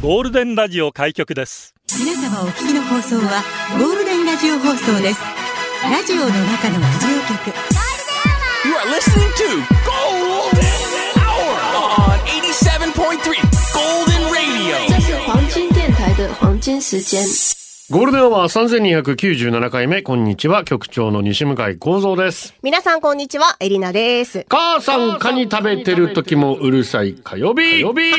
ゴールデンラジオ開局です皆様お聞きの放送はゴールデンラジオ放送ですラジオの中のラジオ局 You are listening to Golden Hour on 87.3 Golden Radio. 这是黄金电台的黄金时间。ゴールデンは三千二百九十七回目、こんにちは、局長の西向井光三です。皆さんこんにちは、エリナです。母さんカニ食べてる時もうるさい火曜日。火曜日。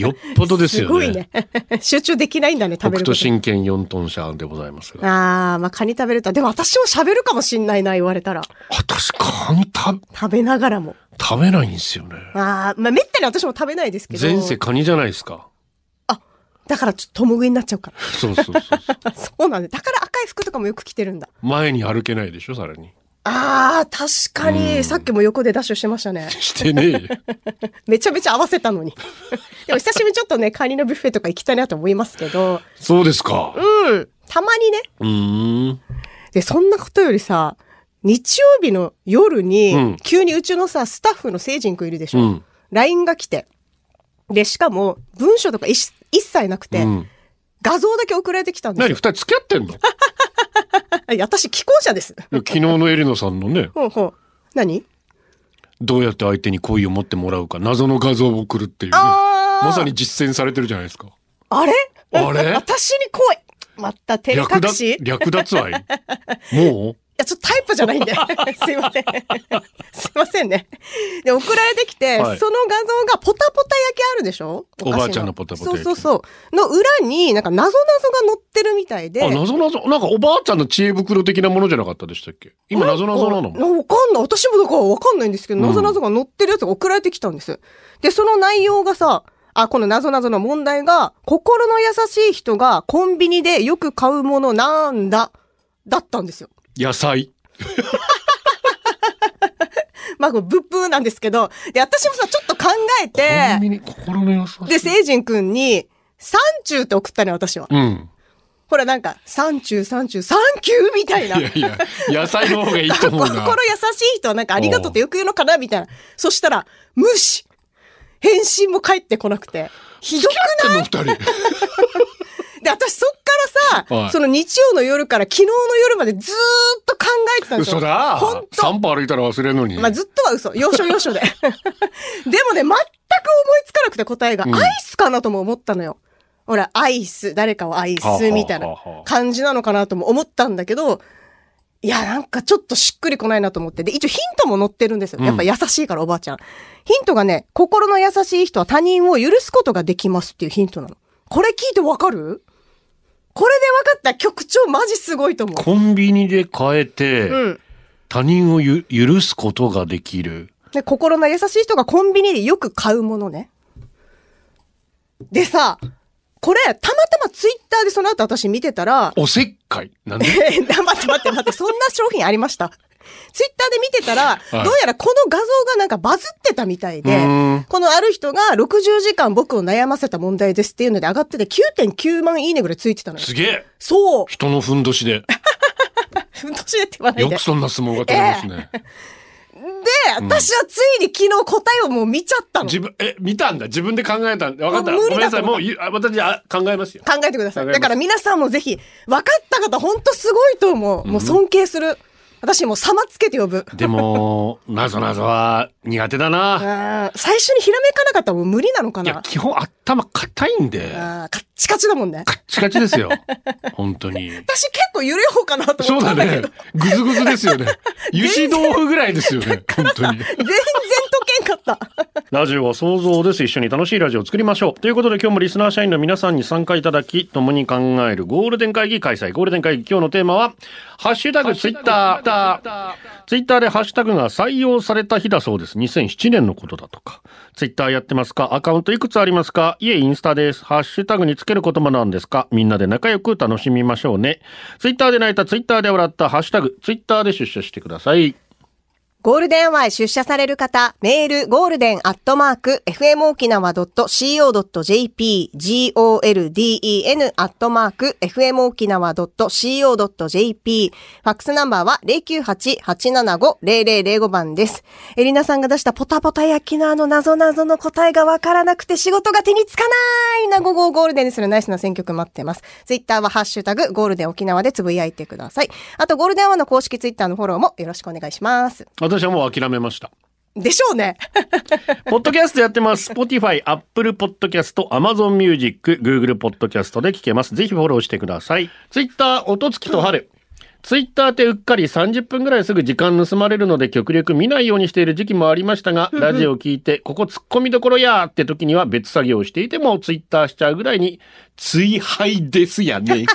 よっぽどですすよごいね。ね。 集中できないんだね、食北べるこ斗と。神拳四トン車でございますが。あー、まあ、カニ食べると。でも私も喋るかもしんないな、言われたら。私カニ食べ食べながらも。食べないんですよね。あー、まあ、めったに私も食べないですけど。前世カニじゃないですか。だからちょっと共食いになっちゃうかそうそうそうそう。ら。 そうなんだ。だから赤い服とかもよく着てるんだ。前に歩けないでしょ、さらに。あー、確かに。さっきも横でダッシュしてましたね。してねえよ。めちゃめちゃ合わせた のに。でも久しぶりにちょっとね、カニのビュッフェとか行きたいなと思いますけど。そうですか。うん。たまにね。うーん。で、そんなことよりさ、日曜日の夜うにん、急にうちのさ、スタッフの聖人君いるでしょ、うん ?LINE が来て。で、しかも、文章とか一一切なくて、うん。画像だけ送られてきたんです何二よ。人付き合ってんの？いや いや私、既婚者です。昨日のエリナさんのね。ほうほう。何どうやって相手に恋を持ってもらうか謎の画像を送るっていうねあーまさに実践されてるじゃないですかあれあれ 私に怖い。また照れ略隠し奪い略奪愛 もや、ちょっとタイプじ ゃないんで。すいません。すいませんね。で、送られてきて、はいその画像がポタポタ焼きあるでしょおばあちゃんのお菓ポタ子ポタ焼きそうそうそう。の裏に、なんか謎謎が載ってるみたいで。うあ謎謎なんかおばあちゃんの知恵袋的なものじゃなかったでしたっけ今謎謎なのわかんない。私もだからわかんないんですけど、うん謎々が載ってるやつが送られてきたんです。で、その内容がさ、あ、この謎々の問題が、心の優しい人がコンビニでよく買うものなんだ、だったんですよ。野菜まあ、これブッブーなんですけど、で、私もさ、ちょっと考えコンて、ビニ心の優しいで、聖人くんに、三中って送ったのよ、私は。うんほら、なんか、三中、三中、三級みたいな。いやいや野菜の方がいいと思う心な優しい人はなんかありがとうってよく言うのかなみたいな。そしたら、無視返信も返ってこなくて。ひどくこないの二人で、私そっからさ、はいその日曜の夜から昨日の夜までずーっと考えてたんですよ。嘘だ本散歩歩いたら忘れるのに、まあ、ずっとは嘘。要所要所で。 でもね、全く思いつかなくて答えが、うんアイスかなとも思ったのよ。ほら、アイス、誰かを愛はあはすあみたいなはあはあ感じなのかなとも思ったんだけど、いや、なんかちょっとしっくりこないなと思って。で、一応ヒントも載ってるんですよ。やっぱ優しいから、おばあちゃん。ヒントがね、心の優しい人は他人を許すことができますっていうヒントなの。これ聞いてわかるこれでわかった局長マジすごいと思う。コンビニで買えて、うん。他人をゆ許すことができるで、心の優しい人がコンビニでよく買うものね。でさ、これ、たまたまツイッターでその後私見てたら、おせっかいなんで えー待って待って待って、そんな商品ありました。ツイッターで見てたら、いどうやらこの画像がなんかバズってたみたいで、んこのある人が60時間僕を悩ませた問題ですっていうので上がってて9.9万いいねぐらいついてたのよ。すげえそう。 人のふんどしで。ふんどしでって言わないよでく。そんな相撲が取れますね。で、私はついに昨日答えをもう見ちゃったの。自分、え、見たんだ。自分で考えたんだ。分かった。もうごめ無理んなだとさい。思もっうたゆあ私あ考えますよ。考えてください。考えますだから皆さんもぜひ、分かった方、本当すごいと思う。もう尊敬する。私もう様つけて呼ぶ。でも、なぞなぞは苦手だな。あー最初にひらめかなかったらもう無理なのかいやな、。基本頭硬いんで、あーカッチカチだもんね。カッチカチ ですよ。本当に。私結構揺れようかなとそ思うっただんだけねど。。ぐずぐずです よね。油脂豆腐ぐらいですよね。本当に。全然解けんかった。ラジオは想像です。一緒に楽しいラジオを作りましょう。ということで今日もリスナー社員の皆さんに参加いただき、共に考えるゴールデン会議開催。ゴールデン会議今日のテーマは、ハッシュタグツイッター。ツイッターでハッシュタグが採用された日だそうです。2007年のことだとか。ツイッターやってますかアカウントいくつありますかいえ、インスタです。ハッシュタグにつける言葉なんですかみんなで仲良く楽しみましょうね。ツイッターで泣いた、ツイッターで笑った、ハッシュタグ、ツイッターで出社してください。ゴールデン Y 出社される方、メール、ゴールデンアットマーク、fmokinawa.co.jp、golden アットマーク、fmokinawa.co.jp、ファックスナンバーは098-875-0005番です。エリナさんが出したポタポタ焼きのあの謎々の答えがわからなくて仕事が手につかないな午後をゴールデンにするナイスな選曲待ってます。ツイッターはハッシュタグ、ゴールデン沖縄でつぶやいてください。あと、ゴールデンアワーの公式ツイッターのフォローもよろしくお願いします。私はもう諦めました。でしょうね。 ポッドキャストやってます。Spotify、Apple Podcast、Amazon Music、Google Podcast で聞けます。ぜひフォローしてください。Twitter、音月と春。Twitter ってうっかり30分ぐらいすぐ時間盗まれるので極力見ないようにしている時期もありましたが、ラジオを聞いて、ここ突っ込みどころやーって時には別作業をしていても Twitter しちゃうぐらいに、追敗ですやね。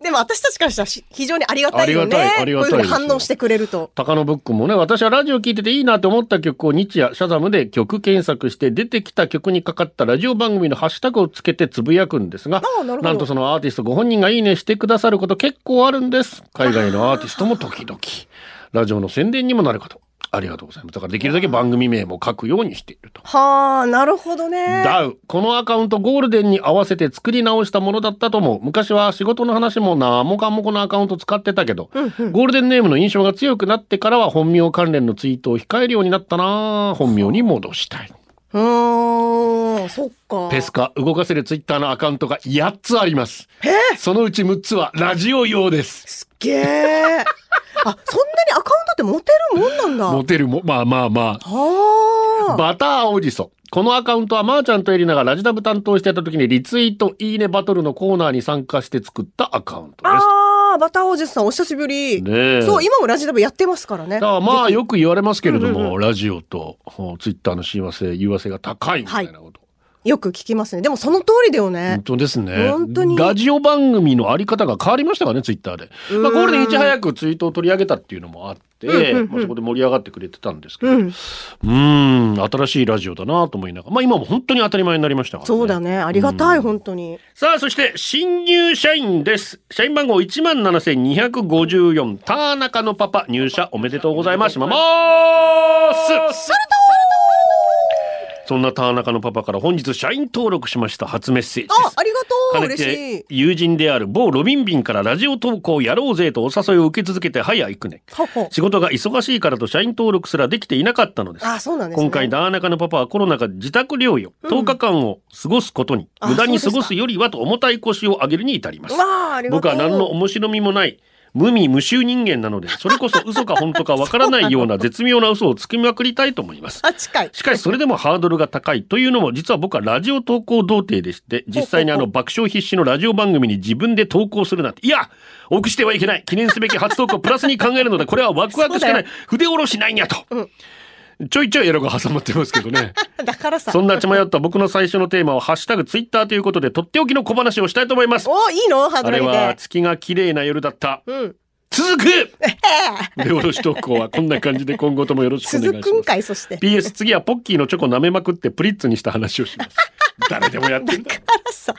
でも私たちからしたらし非常にありがたいよね。ありがたいありがたいこういうふうに反応してくれると。高野ブックもね、私はラジオ聞いてていいなと思った曲を日夜、シャザムで曲検索して出てきた曲にかかったラジオ番組のハッシュタグをつけてつぶやくんですがあ、なるほどんとそのアーティストご本人がいいねしてくださること結構あるんです。海外のアーティストも時々。ラジオの宣伝にもなるかと。ありがとうございます。だからできるだけ番組名も書くようにしていると。はあ、なるほどね。ダウ。このアカウントゴールデンに合わせて作り直したものだったと思う。昔は仕事の話も何もかもこのアカウント使ってたけど、ゴールデンネームの印象が強くなってからは本名関連のツイートを控えるようになったなぁ本名に戻したい。うーん、そっか。ペスカ、動かせるツイッターのアカウントが8つあります。そのうち6つはラジオ用です。すっげえ。あ、そんなにアカウントってモテるもんなんだ。モテるも、まあまあまあ。はあ。バター青じそ。このアカウントはまーちゃんとエリナがラジダブ担当してた時にリツイート、いいねバトルのコーナーに参加して作ったアカウントです。あー、バターおじさんお久しぶり。ねえそう、今もラジダブやってますからね。だからまあぜひよく言われますけれども、ラジオとほうツイッターの親和性、融和性が高いみたいなこと。よく聞きますね。でもその通りだよね本。当ですね。本当にラジオ番組のあり方が変わりましたからね、ツイッターで。まあ、これでいち早くツイートを取り上げたっていうのもあって、まあ、そこで盛り上がってくれてたんですけど、ううん。ーん、新しいラジオだなと思いながら、まあ今も本当に当たり前になりましたからね。そうだね。ありがたい、本当に。さあ、そして、新入社員です。社員番号17,254、ターナカのパパ、入社おめでとうございます。まますそんなターナカのパパから本日社員登録しました初メッセージですあ、。ありがとうかね嬉してい。友人である某ロビンビンからラジオ投稿やろうぜとお誘いを受け続けて早いくね。はは仕事が忙しいからと社員登録すらできていなかったのです。あ、そうなんですね。今回、ダーナカのパパはコロナ禍で自宅療養、10日間を過ごすことに、あ無駄に過そうごですすよりはと重たい腰を上げるに至りますう。わあ、ありがと僕う。は何の面白みもない、無味無臭人間なので、それこそ嘘か本当かわからないような絶妙な嘘をつきまくりたいと思います。あ、近い。しかしそれでもハードルが高いというのも実は僕はラジオ投稿童貞でして実際にあの爆笑必至のラジオ番組に自分で投稿するなんていや臆してはいけない記念すべき初投稿をプラスに考えるのでこれはワクワクしかない筆下ろしないんやと、ちょいちょいエロが挟まってますけどねだからさ。そんな血迷った僕の最初のテーマを「ハッシュタグツイッター」ということでとっておきの小話をしたいと思いますお、いいのハードあルれ上げはて。月が綺麗な夜だったうん。続く筆下ろし投稿はこんな感じで今後ともよろしくお願いし続ますくんかい、そして。 PS 次はポッキーのチョコ舐めまくってプリッツにした話をし ます。誰でもやってんだ。か らさ。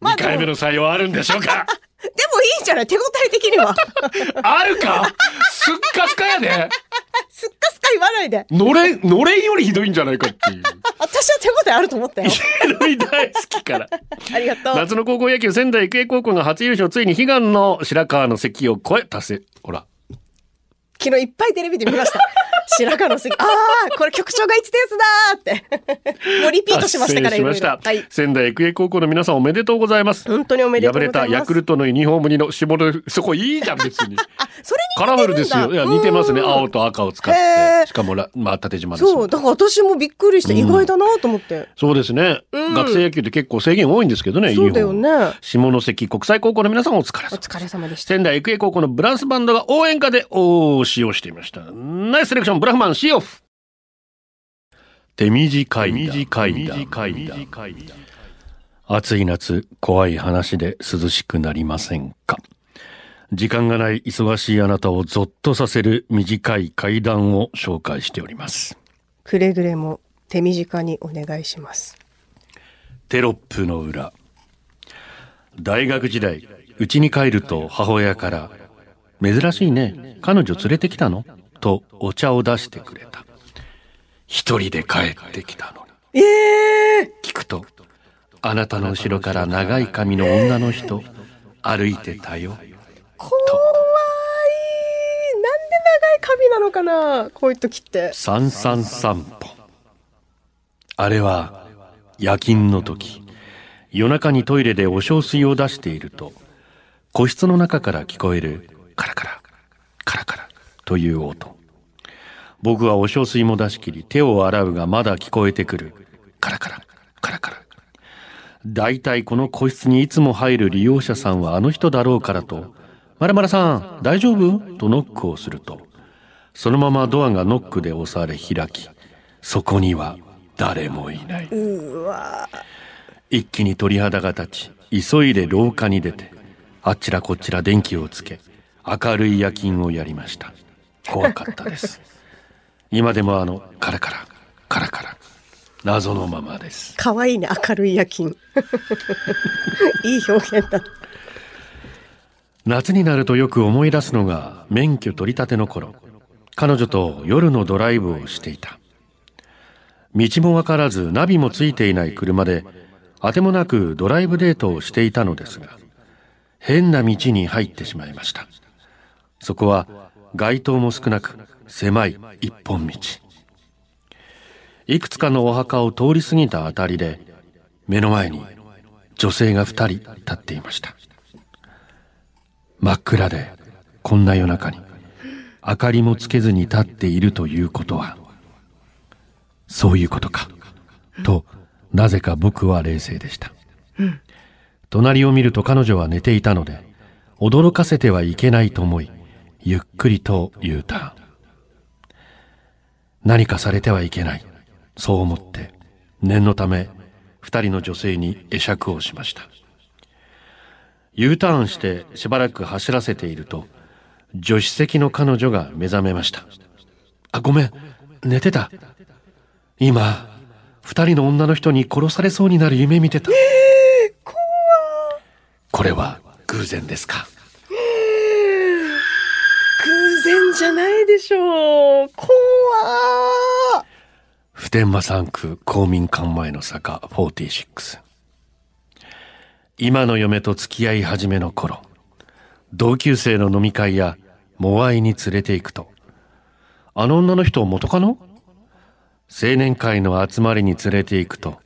まあ2でも回目の採用あるんでしょうかでもいいじゃない、手応え的 には。あるかすっかすかやで。すっかすか言わないで。のれん、のれんよりひどいんじゃないかって いう。私は手応えあると思ったよ。ひどい大好きから。 ありがとう。夏の高校野球仙台育英高校が初優勝、ついに悲願の白川の関を越え、達成。ほら。昨日いっぱいテレビで見ました。 白河の杉。ああ、これ局長が言ってたやつだ ーって。もうリピートしましたから、達成しましいろたいろはい。仙台育英高校の皆さんおめでとうございます。本当におめでとうございます敗れたヤクルトのユニフォームにの下の、そこいいじゃん別 に。あ、それにカラフルですよ。いや、似てますね。うん青と赤を使へっーて。しかもら、まあ、縦縞ですもんそう、だから私もびっくりして、意外だなと思って。そうですね、うん学生野球って結構制限多いんですけどね、そうだよねユニフォーム。下関国際高校の皆さんお疲れお様。疲れ様でした。仙台育英高校のブラスバンドが応援歌でお使用していました。ナイスセレクション、ブラフマン、シーオフ手短いだ。短いだ。暑い夏、怖い話で涼しくなりませんか時間がない忙しいあなたをゾッとさせる短い階段を紹介しております。くれぐれも手短にお願いします。テロップの裏。大学時代、家に帰ると母親から、珍しいね。彼女連れてきたのとお茶を出してくれた。一人で帰ってきたのに。ええ聞くと、あなたの後ろから長い髪の女の人、歩いてたよ。怖いなんで長い髪なのかなこういう時って。三三三歩。あれは、夜勤の時、夜中にトイレでお小水を出していると、個室の中から聞こえる、カラカラ、カラカラ、という音。僕はお小水も出し切り、手を洗うがまだ聞こえてくる、カラカラ、カラカラ。大体この個室にいつも入る利用者さんはあの人だろうからと、まるまるさん、大丈夫とノックをすると、そのままドアがノックで押され開き、そこには誰もいない。一気に鳥肌が立ち、急いで廊下に出て、あっちらこっちら電気をつけ、明るい夜勤をやりました。怖かったです。今でもあの、カラカラ、カラカラ、謎のままです。可愛いね、明るい夜 勤。いい表現だ。夏になるとよく思い出すのが免許取り立ての頃彼女と夜のドライブをしていた道もわからずナビもついていない車であてもなくドライブデートをしていたのですが変な道に入ってしまいましたそこは街灯も少なく狭い一本道いくつかのお墓を通り過ぎたあたりで目の前に女性が二人立っていました真っ暗でこんな夜中に明かりもつけずに立っているということはそういうことかとなぜか僕は冷静でした隣を見ると彼女は寝ていたので驚かせてはいけないと思いゆっくりと U ターン何かされてはいけないそう思って念のため二人の女性に会釈をしました U ターンしてしばらく走らせていると助手席の彼女が目覚めましたあごめん寝てた今二人の女の人に殺されそうになる夢見てたこれは偶然ですか偶然じゃないでしょう。怖ー普天間産区公民館前の坂46今の嫁と付き合い始めの頃同級生の飲み会やモアイに連れて行くとあの女の人元カノ青年会の集まりに連れて行くと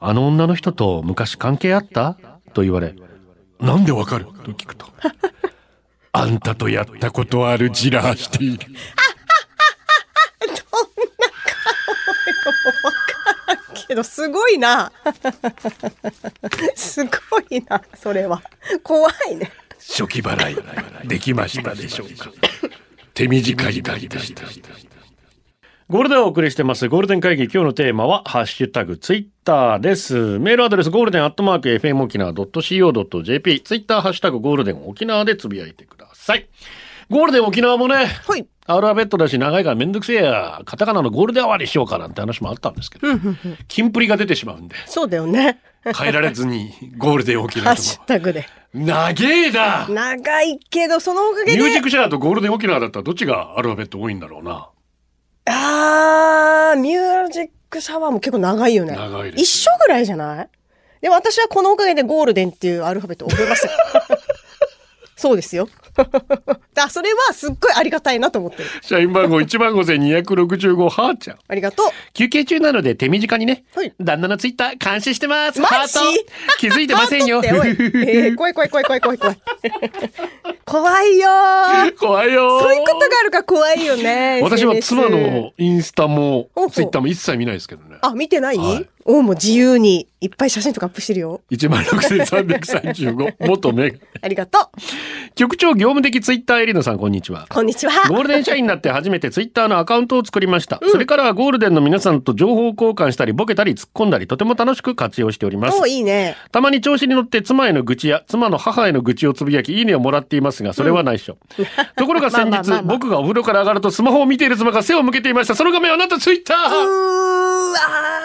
あの女の人と昔関係あったと言われなんでわかると聞くとあんたとやったことあるジラーしているけど、すご いな。すごいな、それは。怖いね。初期払いできましたでしょうか手短い会でしたゴールデンをお送りしてます。ゴールデン会議、今日のテーマは、ハッシュタグ、ツイッターです。メールアドレス、ゴールデンアットマーク、FM 沖縄 .co.jp、ツイッター、ハッシュタグ、ゴールデン沖縄でつぶやいてください。ゴールデン沖縄もね、はい。アルファベットだし、長いからめんどくせえや、カタカナのゴールデンアワーにしようかなんて話もあったんですけど、キンプリが出てしまうんで、そうだよね。変えられずに、ゴールデン沖縄ハッとシュも。タグで。長えな長いけど、そのおかげミュージでッ。クシェアとゴールデン沖縄だったらどっちがアルファベット多いんだろうな。あー、ミュージックシャワーも結構長いよね。長いです一緒ぐらいじゃないでも私はこのおかげでゴールデンっていうアルファベットを覚え ました。そうですよ。 あ、それはすっごいありがたいなと思ってる。社員番号1万5265ハーちゃん。ありがとう。 休憩中なので手短にね。はい旦那のツイッター監視してます。マジハート気づいてませんよ。ハートっておいえー怖い怖い怖い怖い怖い怖い。怖いよー。怖いよーそういうことがあるから怖いよね。私は SNS 妻のインスタもほうほうツイッターも一切見ないですけどね。あ、見てない、はいおうもう自由にいっぱい写真とかアップしてるよ。 16,335。元 メありがとう。局長業務的ツイッターエリノさん、こんにちは。こんにちは。 ゴールデン社員になって初めてツイッターのアカウントを作りました。それからはゴールデンの皆さんと情報交換したり、ボケたり、突っ込んだり、とても楽しく活用しておりますおう。いいね。たまに調子に乗って妻への愚痴や妻の母への愚痴をつぶやき、いいねをもらっていますが、それは内緒。ところが先まあまあまあ日、まあ僕がお風呂から上がるとスマホを見ている妻が背を向けていました。その画面はなんとツイッタうーーわ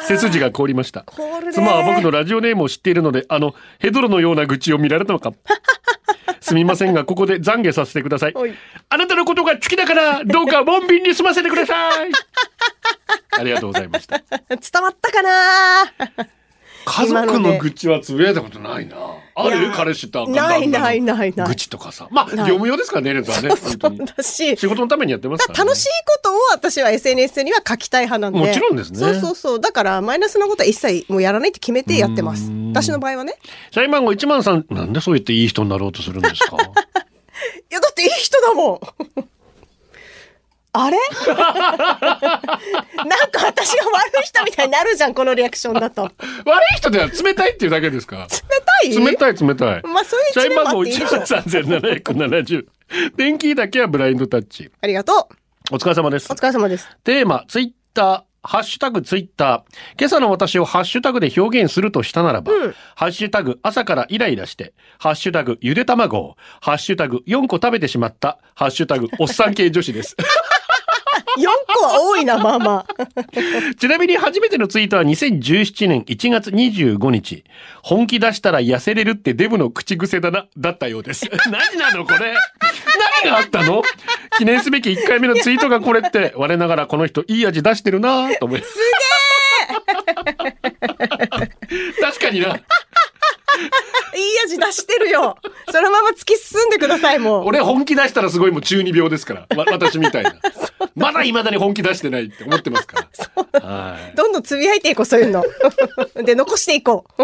ー背筋が凍りました。これ妻は僕のラジオネームを知っているので、あの、ヘドロのような愚痴を見られたのか。すみませんが、ここで懺悔させてくださ い。はいあなたのことが好きだから、どうか穏便に済ませてくださ い。ありがとうございました。伝わったかな家族の愚痴はつぶやいたことないな。あいるや彼氏とかないないないない愚痴とかさ。まあ、業い務用ですからね、レンズはね。本当そうに。だし仕事のためにやってますから、ね。楽しいことを私は SNS には書きたい派なんで。もちろんですねそうそうそう。だからマイナスなことは一切もうやらないって決めてやってまうすーん。私の場合はね。社員番号1万さん、なんでそう言っていい人になろうとするんですかいや、だっていい人だもん。あれ なんか私が悪い人みたいになるじゃん、このリアクションだと。冷悪い人では冷たいっていうだけですかたい冷たい冷たい。まあそういう社一員面も番あっ号ていいでしょ。 13770。電気だけはブラインドタッチ。ありがとう。お疲れ様ですお。疲れ様です。テーマ、ツイッター、ハッシュタグツイッター。今朝の私をハッシュタグで表現するとしたならば、うんハッシュタグ朝からイライラして、ハッシュタグゆで卵を、ハッシュタグ4個食べてしまった、ハッシュタグおっさん系女子です。 4個は多いな、まあまあ。ちなみに初めてのツイートは2017年1月25日。本気出したら痩せれるってデブの口癖だな、だったようです。 何なのこれ。何があったの記念すべき1回目のツイートがこれって、我ながらこの人いい味出してるなぁと思います。確かにな。いい味出してるよ。そのまま突き進んでください、もう。俺本気出したらすごいもう中二病ですから。わ私みたいな。まだ未だに本気出してないって思ってますから。はい。どんどんつぶやいていこう、そういうの。で、残していこう。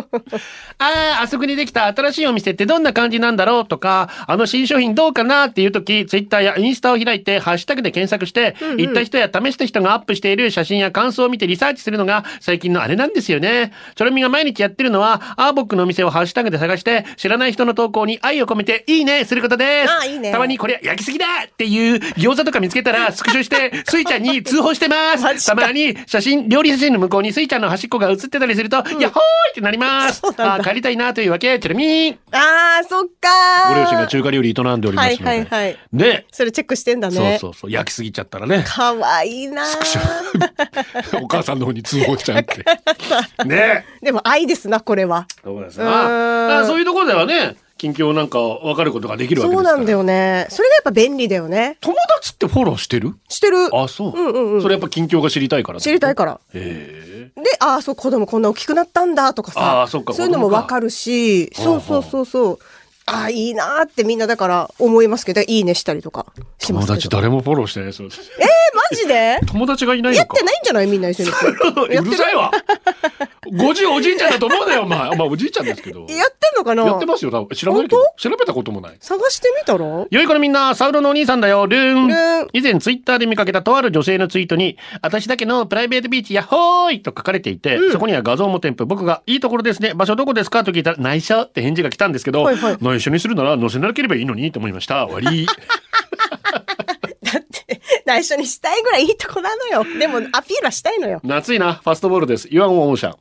ああ、あそこにできた新しいお店ってどんな感じなんだろうとか、あの新商品どうかなっていうとき、ツイッターやインスタを開いて、ハッシュタグで検索して、行った人や試した人がアップしている写真や感想を見てリサーチするのが最近のあれなんですよね。チョロミが毎日やってるのは、アーボックのお店をハッシュタグで探して、知らない人の投稿に愛を込めて、いいねすることです。あーいいねたまにこれ焼きすぎだっていう餃子とか見つけた ら、スクショして、スイちゃんに通報してまマす。ジたかまに写真、料理写真の向こうにスイちゃんの端っこが映ってたりすると、やっほーいってなります。そうなんだあー帰りたいなというわけ、チェルミー。あー、そっかー。ご両親が中華料理営んでおりますので。はいはいはいね。それチェックしてんだね。そうそうそう。焼きすぎちゃった らね。かわいいなーお母さんの方に通報しちゃう って。ね。でも愛ですな、こ れは。そうですうーんな。あそういうところではね、近況なんか分かることができるわけそですうから。なんだ。よね。それがやっぱ便利だよね。友達ってフォローしてるしてる。あ、そう。うんうんうんそれやっぱ近況が知りたいから。知りたいら。から。へえ。で、ああ、そう、子供こんな大きくなったんだとかさ。あーそっかういうのもわかるし、子供そうかそうそうそう。ああ、いいなーってみんなだから思いますけど、いいねしたりとかしま友すけど。達誰もフォローしてないそうです。えマジで友達がいないやのっかて。ないんじゃないみんな一緒 に。うるさい わ。50おじいちゃんだと思うなよ、お前。まあ、おじいちゃんですけど。やってんのかなやってますよ、多分。知らないけど。調べたこともない。探してみたらうよいこのみんな、サウロのお兄さんだよ、ルーン。ルーン以前ツイッターで見かけたとある女性のツイートに、私だけのプライベートビーチ、やっほーいと書かれていて、そこには画像も添付。僕が、いいところですね、場所どこですかと聞いたら、内緒って返事が来たんですけど、はいはい内緒にするなら載せなければいいのにと思いました。終わり。だって、内緒にしたいぐらいいいとこなのよ。でも、アピールはしたいのよ。夏いな。ファストボールです。イワン・オーシャン。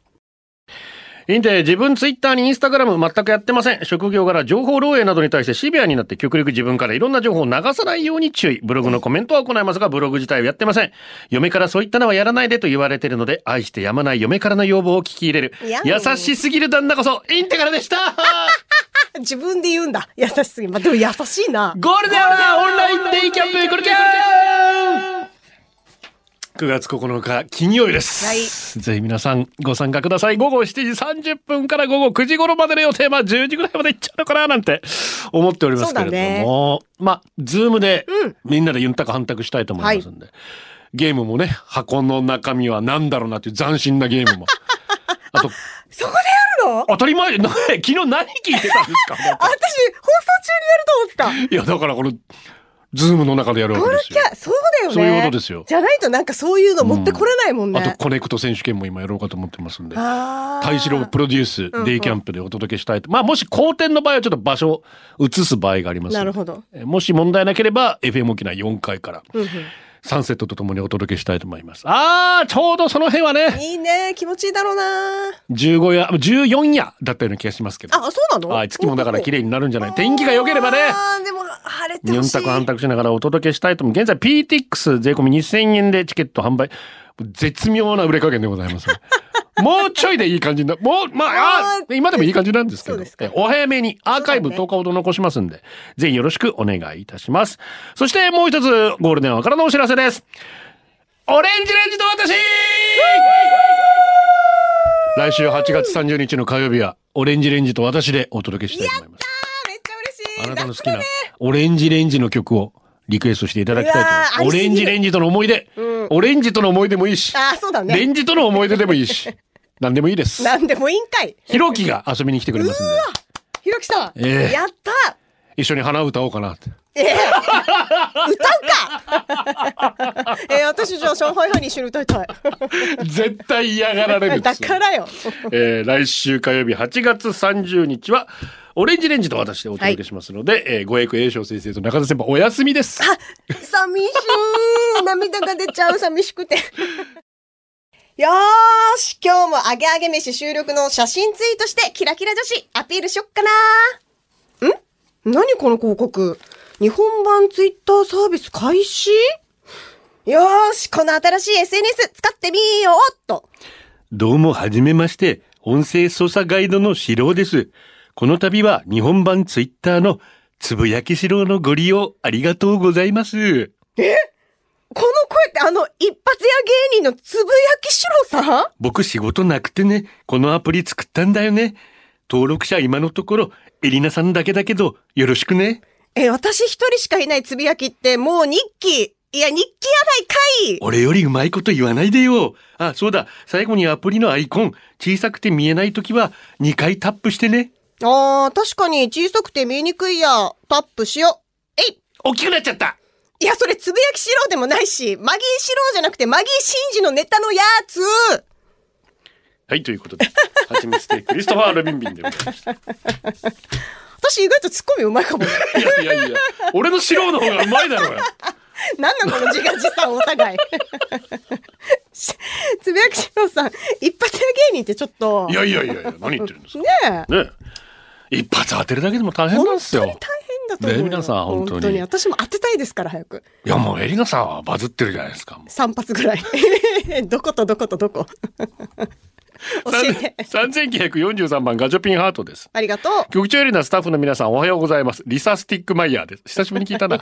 インテ、自分ツイッターにインスタグラム全くやってません。職業柄情報漏洩などに対してシビアになって極力自分からいろんな情報を流さないように注意。ブログのコメントは行いますが、ブログ自体はやってません。嫁からそういったのはやらないでと言われてるので、愛してやまない嫁からの要望を聞き入れるや。ん優しすぎる旦那こそ、インテからで した自分で言うんだ。優しすぎ。まあ、でも優しいな。ゴールデンはオンラインデイキャンプ、これキャン9月9日金曜日です。はぜひ皆さんご参加ください。午後7時30分から午後9時頃までの予定、まあ10時ぐらいまで行っちゃうのかななんて思っておりますけれども、まあ、ズームでみんなでユンタク反択したいと思いますんで、ゲームもね、箱の中身は何だろうなっていう斬新なゲームも。 あと、そこでやるの当たり前、な昨日何聞いてたんですかあ 私、放送中にやると思っていや、だからこの、ズームの中でやるた。わゴけルですキよ。ャ、そうだよね。そういうことですよじゃないとなんかそういうの持ってこれないもんね。あとコネクト選手権も今やろうかと思ってますんで。あー大志郎プロデュースデイキャンプでお届けしたいと。まあもし好転の場合はちょっと場所を移す場合がありますんで。なるほどえー。もし問題なければ FM 沖縄4階からうんうんサンセットとともにお届けしたいと思います。あー、ちょうどその辺はね、いいね。気持ちいいだろうな。 15夜、14夜だったような気がしますけど。あ、そうなのはい、月もだから綺麗になるんじゃない。おー天気が良ければね。あーでも、晴れて日ほ本しい。択反択しながらお届けしたいと思う。現在 PTX 税込み2000円でチケット販売。絶妙な売れ加減でございます。もうちょいでいい感じにな、もう、まあ、あー今でもいい感じなんですけど、そうですかえお早めにアーカイブそうだね10日ほど残しますんで、ぜひよろしくお願いいたします。そしてもう一つ、ゴールデンアワーからのお知らせです。オレンジレンジと私来週8月30日の火曜日は、オレンジレンジと私でお届けしたいと思います。めっちゃ嬉しい。あなたの好きだなオレンジレンジの曲をリクエストしていただきたいと思いうますわーありオすぎレるンジレンジとの思い出、うんオレンジとの思い出もいいし、あーそうだレね。ンジとの思い出でもいい し、何でもいいです。なんでもいいんかい。ひろきが遊びに来てくれますんで、ひろきさん、ええやった一緒に花歌おうかなって。ええ歌うか ええ私じゃあ上海派に一緒に歌いたい。絶対嫌がられるっ だつうからよ。えー来週火曜日8月30日は、オレンジレンジと私でお届けしますので、えーご栄子栄翔先生と中田先輩お休みです。寂しい。涙が出ちゃう。寂しくて。よーし今日もアゲアゲ飯収録の写真ツイートしてキラキラ女子アピールしよっかなん何この広告日本版ツイッターサービス開始よーしこの新しい SNS 使ってみようっとどうも、はじめまして。音声操作ガイドのシロです。この度は日本版ツイッターのつぶやきシロのご利用ありがとうございます。この声ってあの一発屋芸人のつぶやきしろさん僕仕事なくてね、このアプリ作ったんだよね。登録者今のところ、エリナさんだけだけど、よろしくね。え、私一人しかいないつぶやきってもう日記。いや、日記やないかい俺よりうまいこと言わないでよ。あ、そうだ。最後にアプリのアイコン、小さくて見えないときは2回タップしてね。あー、確かに小さくて見えにくいや。タップしよう。えい大きくなっちゃったいや、それつぶやきしろでもないし、マギーしろじゃなくてマギーシンジのネタのやつはい、ということで。はちみつてクリストファー・ロビンビンでござい ました。私意外とツッコミうまいかも ね。いやいやいや、俺の素人の方がうまいだろうよ。なんなんこの自画自賛お互い。しつぶやきしろさん、一発屋芸人ってちょっと。いねやいやいやいや、何言ってるんですか。え。ねえ一発当てるだけでも大変なんですよ本当に。大変だと思うよ。ね皆さん本当に本当に。私も当てたいですから、早く。いやもうエリナさんはバズってるじゃないですか。も3発ぐらい。 どことどことどこ。 う教えて。 3943番ガチョピンハートです。ありがと局長エリナスタッフの皆さんおはようございます。リサスティックマイヤーです。久しぶりに聞いた な。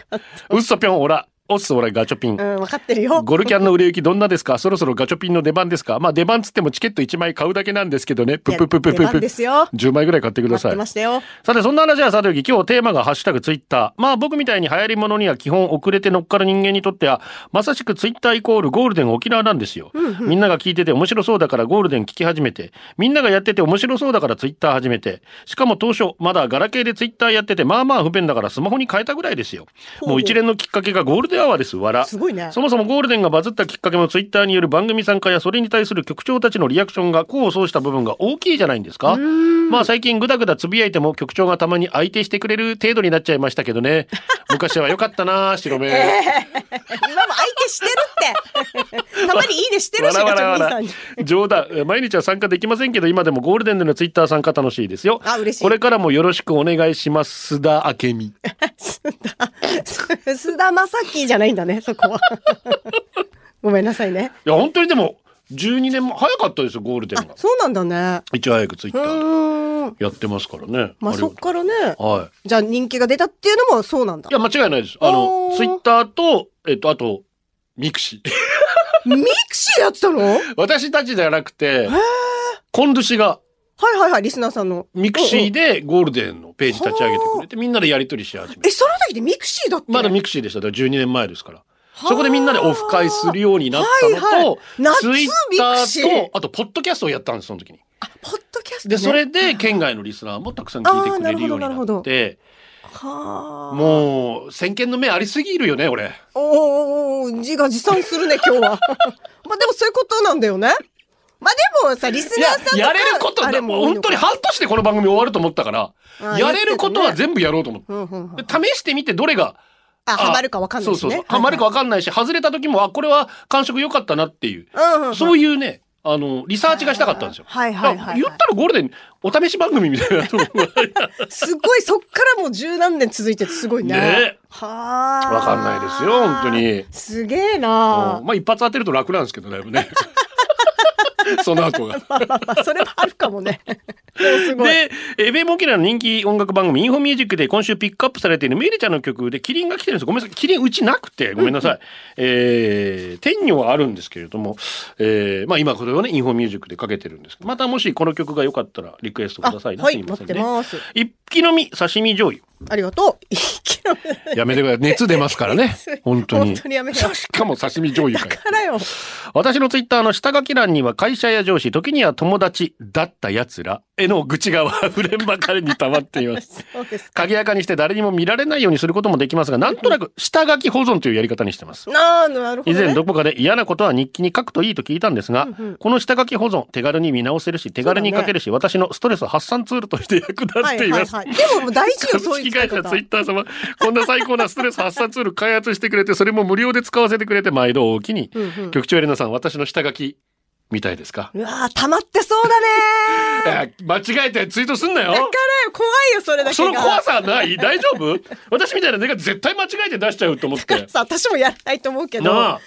ウッソピョンオラ、オッスオラガチョピンう。う。ん、わかってるよ。ゴルキャンの売れ行きどんなですかそろそろガチョピンの出番ですかまあ出番つってもチケット1枚買うだけなんですけどね。ププププいやプ出プ番ですよ。 10枚ぐらい買ってくだ待っさていま。したよ。さて、そんな話はさておき、今日テーマがハッシュタグツイッター。まあ僕みたいに流行り物には基本遅れて乗っかる人間にとっては、まさしくツイッターイコールゴールデン沖縄なんですよ。みんなが聞いてて面白そうだからゴールデン聞き始めて、みんながやってて面白そうだからツイッター始めて、しかも当初、まだガラケーでツイッターやってて、まあまあ不便だからスマホに変えたぐらいですよ。ほうもう一連のきっかけがゴールデンアワーです、わら。すごいねそもそもゴールデンがバズったきっかけもツイッターによる番組参加やそれに対する局長たちのリアクションが功を奏した部分が大きいじゃないんですかまあ最近ぐだぐだつぶやいても局長がたまに相手してくれる程度になっちゃいましたけど ね。昔は良かったなあ白目。今も相手してる って。たまにいいねしてるし、わガチらわョらピわンらさんに。冗談え毎日は参加できませんけど今でもゴールデンでのツイッター参加楽しいですよあ嬉しいこ れからもよろしくお願いします須田明美須田、須田まさきじゃないんだね、そこは。 ごめんなさいね。いや本当にでも12年も早かったですよゴールデンあが、そうなんだね。いち早くツイッタうーーん。やってますからねまありそっからね。はいじゃあ人気が出たっていうのもそうなんだい。や間違いないですあのおーツイッターとえっとあとミクシーミクシーやってたのはい私たちではなくてコンドゥシがはいはい、リスナーさんの。ミクシーでゴールデンのページ立ち上げてくれてみんなでやり取りし始めえ、てその時でミクシーだってまだミクシーでしただから12年前ですからそこでみんなでオフ会するようになったのと、はいはい夏ツイッタミクーシとー、あと、ポッドキャストをやったんです、その時に。あ、ポッドキャスト、ね。で、それで、県外のリスナーもたくさん聞いてくれるようにあーなるほなっどて、はあ。う。もう、先見の目ありすぎるよね、俺。おーおーおー自画自賛するね、今日は。まあでもそういうことなんだよね。まあでもさ、リスいナーやさんとか。やれることあれだ、ももう本当に半年でこの番組終わると思ったから、あーやれることは全部やろうと思っうんうんうん。て。で試してみて、どれが、あ、ハマるかわかんないしね。そうそうそう。ハマるかわかかんないし、外れた時も、あ、これは感触良かったなっていう。んない。うんうんうん。そういうね、あの、リサーチがしたかったんですよ。はいはいはいはいだから言ったらゴールデン、お試し番組みたいな ところがすごい、そっからもう十何年続いててすごいね。ねはあ。わかんないですよ本当にすげえな うんまあ一発当てると楽なんですけどだいぶねその後が。まあまあま あ、それはあるかもね。でもすごい。で、えーベイボーキラーの人気音楽番組インフォミュージックで今週ピックアップされているメリちゃんの曲でキリンが来てるんです。ごめんなさい。キリンうちなくて、ごめんなさい。えー、天女はあるんですけれども、えー、まあ今これをね、インフォミュージックでかけてるんですけど、またもしこの曲が良かったらリクエストくださいね。はすい、いま持っせんてね。ます。一気飲み刺身醤油。ありがとう。一気飲み。やめてください。熱出ますからね 本当に。本当にやめよう しかも刺身醤油だかよからよ。私のツイッターの下書き欄には会社や上司、時には友達だった奴らへの愚痴が溢れんばかりに溜まってい ます。そうです。鍵垢にして誰にも見られないようにすることもできますが、なんとなく下書き保存というやり方にしてます。なあ、なるほ以ど、ね。前どこかで嫌なことは日記に書くといいと聞いたんですが、うんうんこの下書き保存、手軽に見直せるし、手軽に書けるし、私のストレス発散ツールとして役立っています。はいはいはい。でももう大事よ、そ株ういう式使い会方社ツイッター様、こんな最高なストレス発散ツール開発してくれて、それも無料で使わせてくれて、毎度大きに。うんうん局長エレナさん、私の下書き、みたいですかうわあ、溜まってそうだねいや間違えてツイートすんなだからよよ、怖いよ、それだけが。その怖さはない大丈 夫私みたいなネガ絶対間違えて出しちゃうと思って。さ、私もやらないと思うけど。でもなあ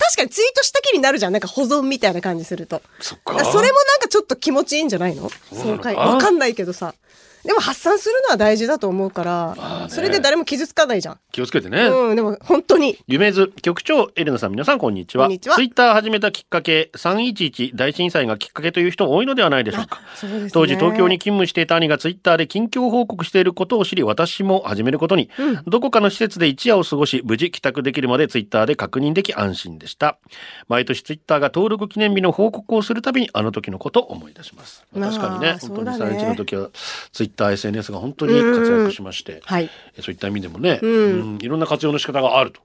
確かにツイートした気になるじゃん。なんか保存みたいな感じすると。そっだか。からそれもなんかちょっと気持ちいいんじゃないのうなの爽快。ああわかんないけどさ。でも発散するのは大事だと思うから、あねそれで誰も傷つかないじゃん。気をつけてね。うん、でも本当に。夢図局長エレナさん皆さんこんにちはこんにちはツイッター始めたきっかけ311大震災がきっかけという人も多いのではないでしょうかそうですね当時東京に勤務していた兄がツイッターで近況報告していることを知り私も始めることに、どこかの施設で一夜を過ごし無事帰宅できるまでツイッターで確認でき安心でした毎年ツイッターが登録記念日の報告をするたびにあの時のことを思い出しますあー確かにねそ本当うにだね311の時はツイッター SNS が本当に活躍しまして、はい。そういった意味でもね、うんうんいろんな活用の仕方があると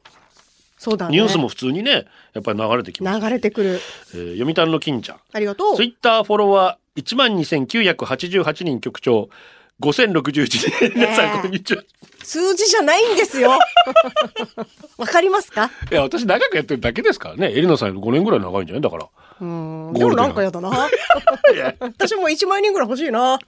そうだね。ニュースも普通にね、やっぱり流れてきます。流れてくる。えー読谷の金ちゃん。ありがとうツ。イッターフォロワー12,988人局長。5061人。皆さん、こんにちは。数字じゃないんです よ。わかりますかいや、私長くやってるだけですからね。エリナさんより5年ぐらい長いんじゃないだから。うん。ゴでもールデンなんかやだな。 私も1万人ぐらい欲しいな。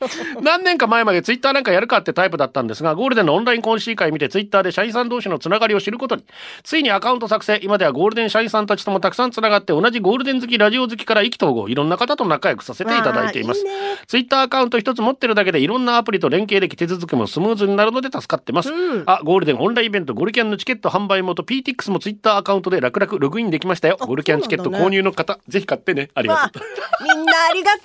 何年か前までツイッターなんかやるかってタイプだったんですが、ゴールデンのオンライン懇親会見てツイッターで社員さん同士のつながりを知ることに、ついにアカウント作成、今ではゴールデン社員さんたちともたくさんつながって、同じゴールデン好き、ラジオ好きから意気投合、いろんな方と仲良くさせていただいています。わあいいねツイッターアカウント一つ持ってるだけでいろんなアプリと連携でき手続きもスムーズになるので助かってます。あ、ゴールデンオンラインイベントゴルキャンのチケット販売元 PTX もツイッターアカウントで楽々ログインできましたよ。あゴルキャンチケットそうなんだ購ね入の方、ぜひ買ってね。ありがとうわ。あみんなありがと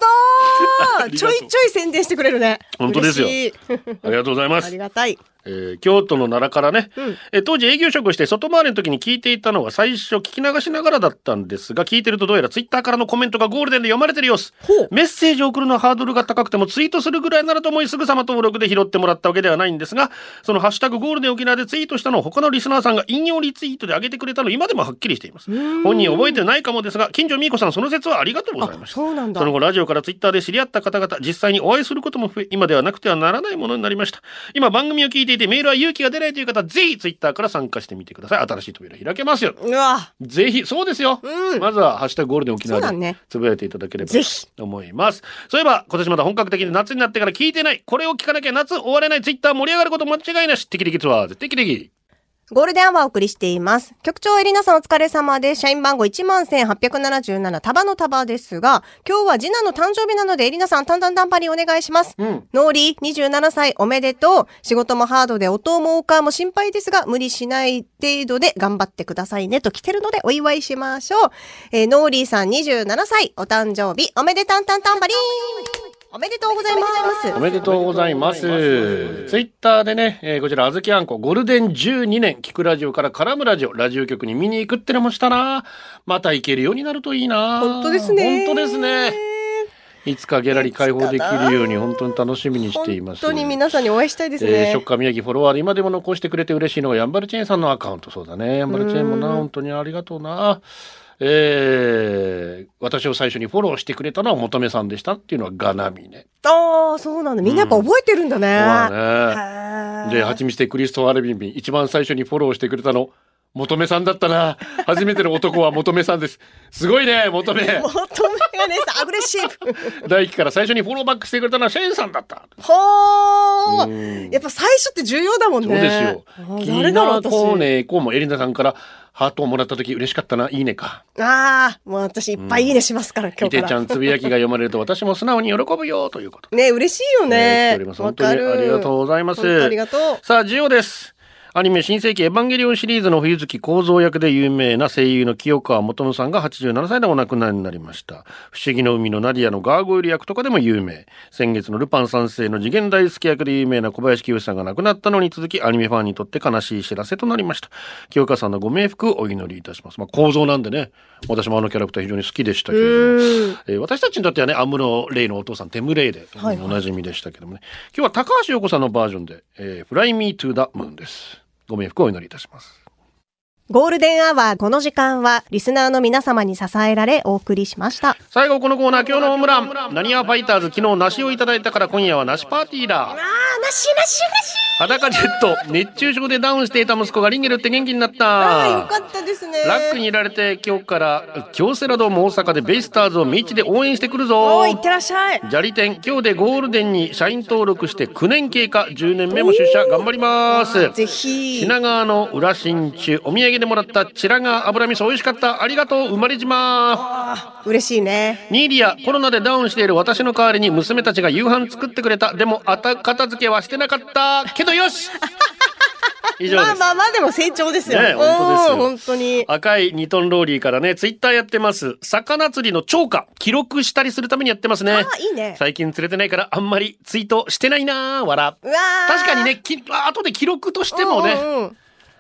あうりちがょとういちょい宣伝してくれるね。本当ですよ嬉しい ありがとうござい まあすり。がたい。えー京都の奈良からね、うんえー当時営業職をして外回りの時に聞いていたのが最初聞き流しながらだったんですが聞いてるとどうやらツイッターからのコメントがゴールデンで読まれてる様子ほうメッセージを送るのはハードルが高くてもツイートするぐらいならと思いすぐさま登録で拾ってもらったわけではないんですがその「ハッシュタグゴールデン沖縄」でツイートしたのを他のリスナーさんが引用リツイートで上げてくれたの今でもはっきりしています本人覚えてないかもですが近所みーこさんその説はありがとうございましたそうなんだそ。の後、ラジオからツイッターで知り合った方々、実際にお会いすることも増え、今ではなくてはならないものになりました。今、番組を聞いていて、メールは勇気が出ないという方、ぜひツイッターから参加してみてください。新しい扉開けますよ。うわぜひ、そうですよ。うんまずは、ハッシュタグゴールデン沖縄そうだでね、つぶやいていただければぜひと思います。そういえば、今年まだ本格的に夏になってから聞いてない、これを聞かなきゃ夏終われないツイッター盛り上がること間違いなし、テキテキツアーズ、テキテキ。ゴールデンアワーお送りしています。局長エリナさんお疲れ様です。社員番号11,877束の束ですが、今日は次男の誕生日なのでエリナさんタンタンタンパリンお願いします。うん。ノーリー27歳おめでとう。仕事もハードで音もお母も心配ですが、無理しない程度で頑張ってくださいねと来てるのでお祝いしましょう。えーノーリーさん27歳お誕生日おめでたんたんたんばりーんおめでとうございます。おめでとうございます。ツイッターでね、えーこちら、あずきあんこ、ゴールデン12年、聞くラジオから絡むラジオ、ラジオ局に見に行くってのもしたな。また行けるようになるといいな。本当ですね。本当ですね。いつかギャラリー開放できるように、本当に楽しみにしていま本す。当に皆さんにお会いしたいですえー、ねショッ。カー宮城フォロワーで今でも残してくれて嬉しいのはヤンバルチェーンさんのアカウントそうだねヤンバルチェーンもなうん本当にありがとうなえー、私を最初にフォローしてくれたのは求めさんでしたっていうのはガナミねああ、そうなんだ。みんなやっぱ覚えてるんだね。そうだねへーで、ハチミツでクリストファー・アルビンビン、一番最初にフォローしてくれたの、求めさんだったな。初めての男は求めさんです。すごいね、求め。求めがねさん、アグレッシ ブ。大輝から最初にフォローバックしてくれたのはシェンさんだった。ほうー。んやっぱ最初って重要だもんそね。うですよ。あキ誰ーだろう、私。ナーコーネーこうもエリナさんからハートをもらった時嬉しかったな。いいねか。ああ、もう私いっぱいいいねしますから、今み日てかちゃら。んつぶやきが読まれると私も素直に喜ぶよということ。ね、嬉しいよえーね来ておりま。すわ本当かにる。ありがとうございます本当ありがとう。さあ、ジオです。アニメ新世紀エヴァンゲリオンシリーズの冬月構造役で有名な声優の清川元夢さんが87歳でお亡くなりになりました。不思議の海のナディアのガーゴイル役とかでも有名。先月のルパン三世の次元大好き役で有名な小林清志さんが亡くなったのに続き、アニメファンにとって悲しい知らせとなりました。清川さんのご冥福をお祈りいたします。まあ、構造なんでね、私もあのキャラクター非常に好きでしたけれども。うん。えー私たちにとってはね、アムロレイのお父さん、テムレイで、はいはいおなじみでしたけどもね。今日は高橋洋子さんのバージョンで、えー、Fly Me to the Moon です。ご冥福をお祈りいたします。ゴールデンアワー、この時間は、リスナーの皆様に支えられ、お送りしました。最後このコーナー、今日のホームラン。なにわファイターズ、昨日梨をいただいたから今夜は梨パーティーだ。あ、なしなしなし裸ジェット、熱中症でダウンしていた息子がリンゲルって元気になっああ、よた。かったですね。ラックにいられて今日から京セラドーム大阪でベイスターズを道で応援してくるぞおー、いってらっしゃい。砂利店今日でゴールデンに社員登録して9年経過10年目も出社頑張りますぜひ。品川の裏新中お土産でもらったチラガ油味噌美味しかったありがとう生まれ島嬉しいね。ニーリアコロナでダウンしている私の代わりに娘たちが夕飯作ってくれたでもあた片付けはしてなかったけど よし以上まあですまあまあでも成長ですよ。ね本当ですようん本当に。赤い2トンローリーからねツイッターやってます魚釣りの超過記録したりするためにやってますねあ、いいね。最近釣れてないからあんまりツイートしてないなーわらうわー確かにね、き後で記録としてもね、うんうんうん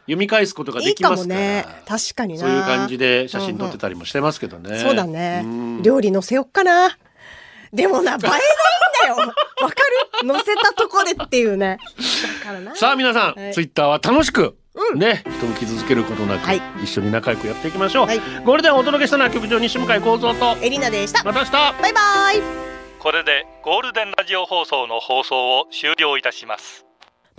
読み返すことがいでいきまかすもから。ね。確かにな。そういう感じで写真撮ってたりもしてますけどね。そうだねうん。料理載せよっかな。でもな、映えないんだよ。わ かる載せたとこでっていうね。だからな。さあ皆さん、はいツイッターは楽しく、ね、人を傷つけることなく、はい一緒に仲良くやっていきましょう。はいゴールデンをお届けしたのは局長西向井幸三と、エリナでした。まバた明日イバイ。これでゴールデンラジオ放送の放送を終了いたします